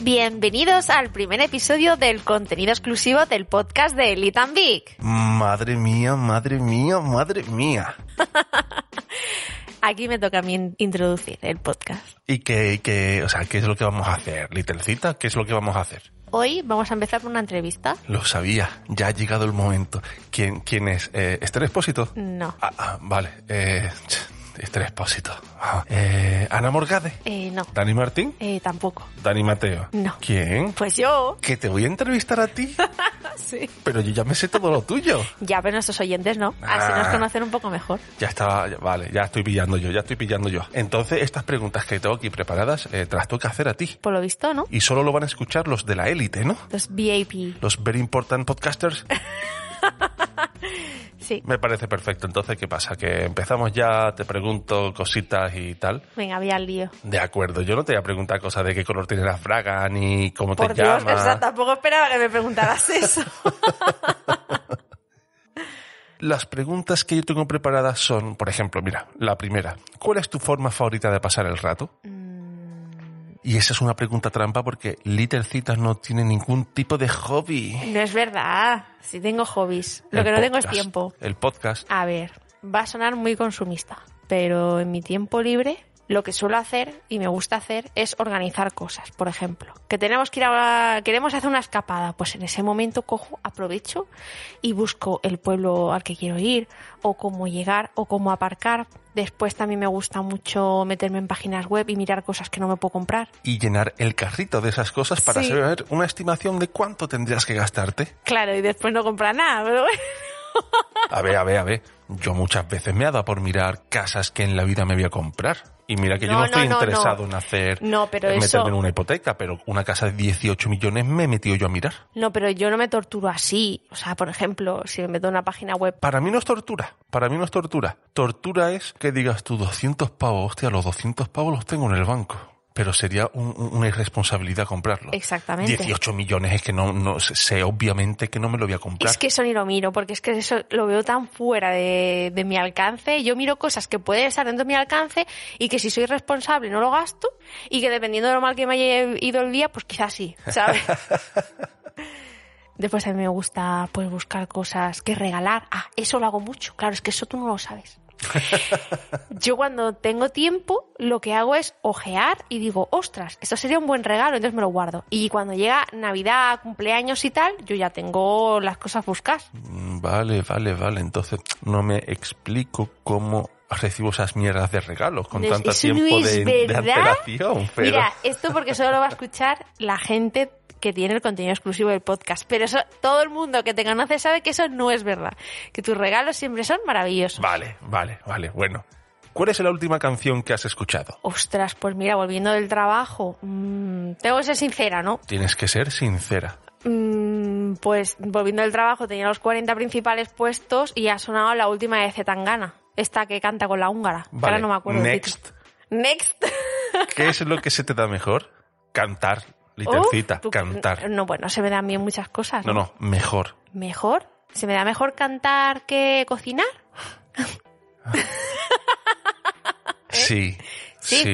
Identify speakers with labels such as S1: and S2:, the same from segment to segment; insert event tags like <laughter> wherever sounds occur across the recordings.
S1: Bienvenidos al primer episodio del contenido exclusivo del podcast de Elite and Big.
S2: Madre mía, madre mía, madre mía.
S1: Aquí me toca a mí in- introducir el podcast.
S2: ¿Y qué, y qué- o sea, qué es lo que vamos a hacer, Littlefita? ¿Qué es lo que vamos a hacer?
S1: Hoy vamos a empezar por una entrevista.
S2: Lo sabía, ya ha llegado el momento. ¿Quién, quién es? Eh, ¿Esther Expósito?
S1: No,
S2: Ah, ah, vale, eh, ch, Esther Expósito. Ah, eh, ¿Ana Morgade?
S1: eh, no,
S2: ¿Dani Martín?
S1: eh, tampoco.
S2: ¿Dani Mateo?
S1: No.
S2: ¿Quién?
S1: Pues yo.
S2: ¿Que te voy a entrevistar
S1: <laughs>
S2: a ti?
S1: Ah, Sí.
S2: Pero yo ya me sé todo lo tuyo.
S1: Ya, pero nuestros oyentes no. Así
S2: Ah.
S1: nos conocen un poco mejor.
S2: Ya estaba, ya- vale, ya estoy pillando yo, ya estoy pillando yo. Entonces, estas preguntas que tengo aquí preparadas, eh, te las tengo que hacer a ti.
S1: Por lo visto, ¿no?
S2: Y solo lo van a escuchar los de la élite, ¿no?
S1: Los VIP.
S2: Los very
S1: <laughs>
S2: important podcasters.
S1: Sí.
S2: Me parece perfecto. Entonces, ¿qué pasa? Que empezamos ya, te pregunto cositas y tal.
S1: Venga, había el lío.
S2: De acuerdo, yo no te voy a preguntar cosas de qué color tiene la fraga, ni cómo
S1: Por
S2: te
S1: Dios,
S2: llamas.
S1: o sea, tampoco esperaba que me <laughs> preguntaras eso.
S2: Las preguntas que yo tengo preparadas son, por ejemplo, mira, la primera. ¿Cuál es tu forma favorita de pasar el rato?
S1: Mm,
S2: Y esa es una pregunta trampa porque Little Citas no tiene ningún tipo de hobby.
S1: no es verdad. Sí tengo hobbies. Lo
S2: El
S1: que no tengo es
S2: podcast,
S1: tiempo.
S2: El podcast.
S1: A ver, va a sonar muy consumista, pero en mi tiempo libre lo que suelo hacer y me gusta hacer es organizar cosas, por ejemplo, que tenemos que ir a queremos hacer una escapada, pues en ese momento cojo, aprovecho y busco el pueblo al que quiero ir o cómo llegar o cómo aparcar. Después también me gusta mucho meterme en páginas web y mirar cosas que no me puedo comprar.
S2: Y llenar el carrito de esas cosas para
S1: Sí.
S2: saber una estimación de cuánto tendrías que gastarte.
S1: Claro, y después no comprar nada, pero bueno.
S2: A ver, a ver, a ver. Yo muchas veces me ha dado por mirar casas que en la vida me voy a comprar. Y mira que yo
S1: No,
S2: no estoy
S1: no, no,
S2: interesado
S1: no.
S2: en hacer
S1: No, pero
S2: en meterme
S1: eso-
S2: en una hipoteca, pero una casa de 18 millones me he metido yo a mirar.
S1: No, pero yo no me torturo así. O sea, por ejemplo, si me meto en una página web
S2: Para mí no es tortura, para mí no es tortura. Tortura es que digas tú 200 pavos, hostia, los 200 pavos los tengo en el banco. Pero sería un- un- una irresponsabilidad comprarlos.
S1: Exactamente.
S2: 18 millones es que no, no sé, sé obviamente que no me lo voy a comprar.
S1: Es que eso ni lo miro, porque es que eso lo veo tan fuera de, de mi alcance. Yo miro cosas que pueden estar dentro de mi alcance y que si soy responsable no lo gasto y que dependiendo de lo mal que me haya ido el día, pues quizás sí, ¿sabes? Después a mí me gusta pues buscar cosas que regalar. Ah, eso lo hago mucho. Claro, es que eso tú no lo sabes. Yo cuando tengo tiempo lo que hago es ojear y digo, ostras, esto sería un buen regalo, entonces me lo guardo. Y cuando llega Navidad, cumpleaños y tal, yo ya tengo las cosas buscadas.
S2: Mm, Vale, vale, vale. Entonces no me explico cómo recibo esas mierdas de regalos con
S1: No,
S2: tanto
S1: eso no
S2: tiempo
S1: es
S2: de, de
S1: verdad.
S2: antelación. Pero...
S1: Mira, esto porque solo lo va a escuchar la gente que tiene el contenido exclusivo del podcast. Pero eso, todo el mundo que te conoce sabe que eso no es verdad. Que tus regalos siempre son maravillosos.
S2: Vale, vale, vale. Bueno, ¿cuál es la última canción que has escuchado?
S1: Ostras, pues mira, volviendo del trabajo, mm, tengo que ser sincera, ¿no?
S2: Tienes que ser sincera.
S1: Mm, pues volviendo del trabajo tenía los 40 principales puestos y ha sonado la última de Zetangana, esta que canta con la húngara. que
S2: Vale,
S1: Ahora no me acuerdo. del
S2: next.
S1: título. Next.
S2: ¿Qué es lo que se te da mejor?
S1: <laughs>
S2: Cantar,
S1: Uf,
S2: litercita,
S1: Oh, tú-
S2: cantar.
S1: No, bueno, se me dan bien muchas cosas.
S2: No, no, mejor.
S1: ¿Mejor? ¿Se me da mejor cantar que cocinar?
S2: Sí,
S1: ¿Eh? Sí.
S2: sí,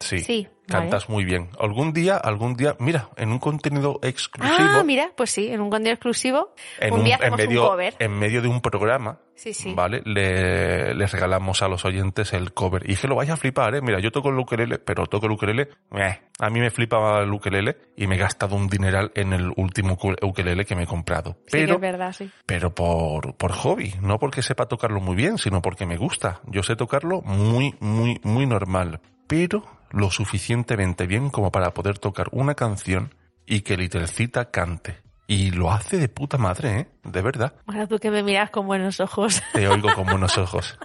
S2: sí.
S1: Sí,
S2: Cantas muy bien. Algún día, algún día, mira, en un contenido exclusivo,
S1: Ah, mira, pues sí, en un contenido exclusivo.
S2: en,
S1: un, día
S2: en
S1: hacemos
S2: medio,
S1: un cover.
S2: en medio de un programa,
S1: Sí, sí.
S2: ¿vale? Le, les regalamos a los oyentes el cover. Y que lo vayas a flipar, ¿eh? Mira, yo toco el ukelele, pero toco el ukelele, meh. a mí me flipa el ukelele y me he gastado un dineral en el último uku- ukelele que me he comprado.
S1: Sí que
S2: Pero
S1: es verdad, sí.
S2: pero por, por hobby, no porque sepa tocarlo muy bien, sino porque me gusta. Yo sé tocarlo muy, muy, muy normal, pero lo suficientemente bien como para poder tocar una canción y que Littlecita cante. Y lo hace de puta madre, ¿eh? De verdad.
S1: Ahora tú que me miras con buenos ojos. <laughs>
S2: Te oigo con buenos ojos.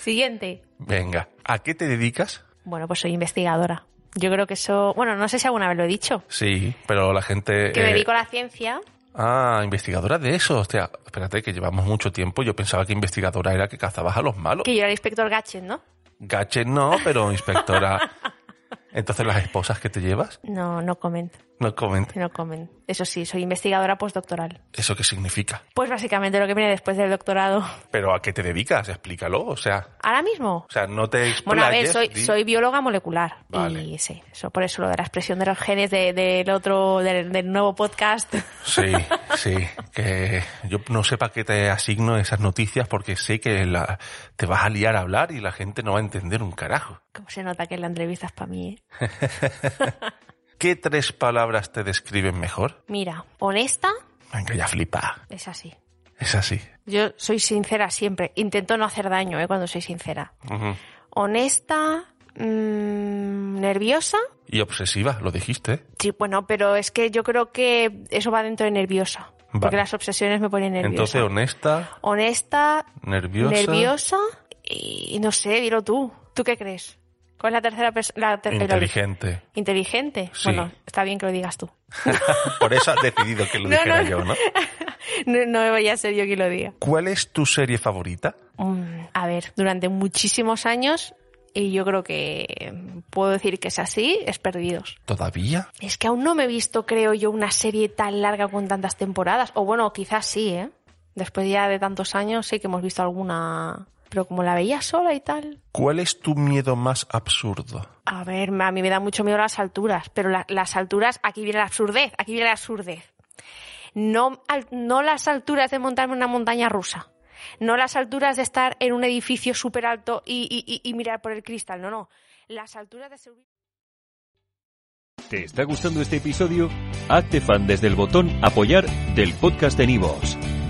S1: Siguiente.
S2: Venga, ¿a qué te dedicas?
S1: Bueno, pues soy investigadora. Yo creo que eso. Bueno, no sé si alguna vez lo he dicho.
S2: Sí, pero la gente...
S1: Que me
S2: eh,
S1: dedico a la ciencia.
S2: Ah, investigadora de eso. Hostia, espérate que llevamos mucho tiempo. Yo pensaba que investigadora era que cazabas a los malos.
S1: Que yo era el inspector Gachet, ¿no?
S2: Gache no,
S1: <laughs>
S2: pero inspectora. Entonces, las esposas que te llevas,
S1: No, no comento.
S2: no comenten.
S1: No comen. Eso sí, soy investigadora postdoctoral.
S2: ¿Eso qué significa?
S1: Pues básicamente lo que viene después del doctorado.
S2: ¿Pero a qué te dedicas? Explícalo. O sea,
S1: Ahora mismo.
S2: o sea no te
S1: Bueno, a ver,
S2: explayes,
S1: soy,
S2: di-
S1: soy bióloga molecular.
S2: Vale.
S1: Y sí, eso, por eso lo de la expresión de los genes de- del otro, del, del nuevo podcast. <laughs>
S2: Sí, sí. Que yo no sé para qué te asigno esas noticias porque sé que la- te vas a liar a hablar y la gente no va a entender un carajo.
S1: Como se nota que la entrevista es para mí, ¿eh?
S2: ¿Qué tres palabras te describen mejor?
S1: Mira, honesta
S2: Venga, ya flipa.
S1: es así.
S2: Es así.
S1: Yo soy sincera siempre. Intento no hacer daño, ¿eh? Cuando soy sincera.
S2: Ujú.
S1: Honesta, mm, nerviosa.
S2: Y obsesiva, lo dijiste. ¿eh?
S1: Sí, bueno, pero es que yo creo que eso va dentro de nerviosa.
S2: Vale.
S1: Porque las obsesiones me ponen nerviosa.
S2: Entonces, honesta,
S1: honesta,
S2: nerviosa.
S1: nerviosa y no sé, dilo tú. ¿Tú qué crees? ¿Cuál es la tercera persona?
S2: Inteligente.
S1: Inteligente.
S2: Sí.
S1: Bueno, está bien que lo digas tú. <laughs>
S2: Por eso has decidido que lo
S1: No,
S2: dijera
S1: no.
S2: yo, ¿no?
S1: No, no me voy a ser yo quien lo diga.
S2: ¿Cuál es tu serie favorita?
S1: Mm, a ver, durante muchísimos años, y yo creo que puedo decir que es así, es Perdidos.
S2: ¿Todavía?
S1: Es que aún no me he visto, creo yo, una serie tan larga con tantas temporadas. O bueno, quizás sí, ¿eh? Después ya de tantos años sí que hemos visto alguna... Pero como la veía sola y tal...
S2: ¿Cuál es tu miedo más absurdo?
S1: A ver, a mí me da mucho miedo las alturas, pero la- las alturas, aquí viene la absurdez, aquí viene la absurdez. No, al- no las alturas de montarme en una montaña rusa, no las alturas de estar en un edificio súper alto y, y- y- y mirar por el cristal, no, no. Las alturas de subir...
S3: ¿Te está gustando este episodio? Hazte fan desde el botón Apoyar del podcast de Nivos.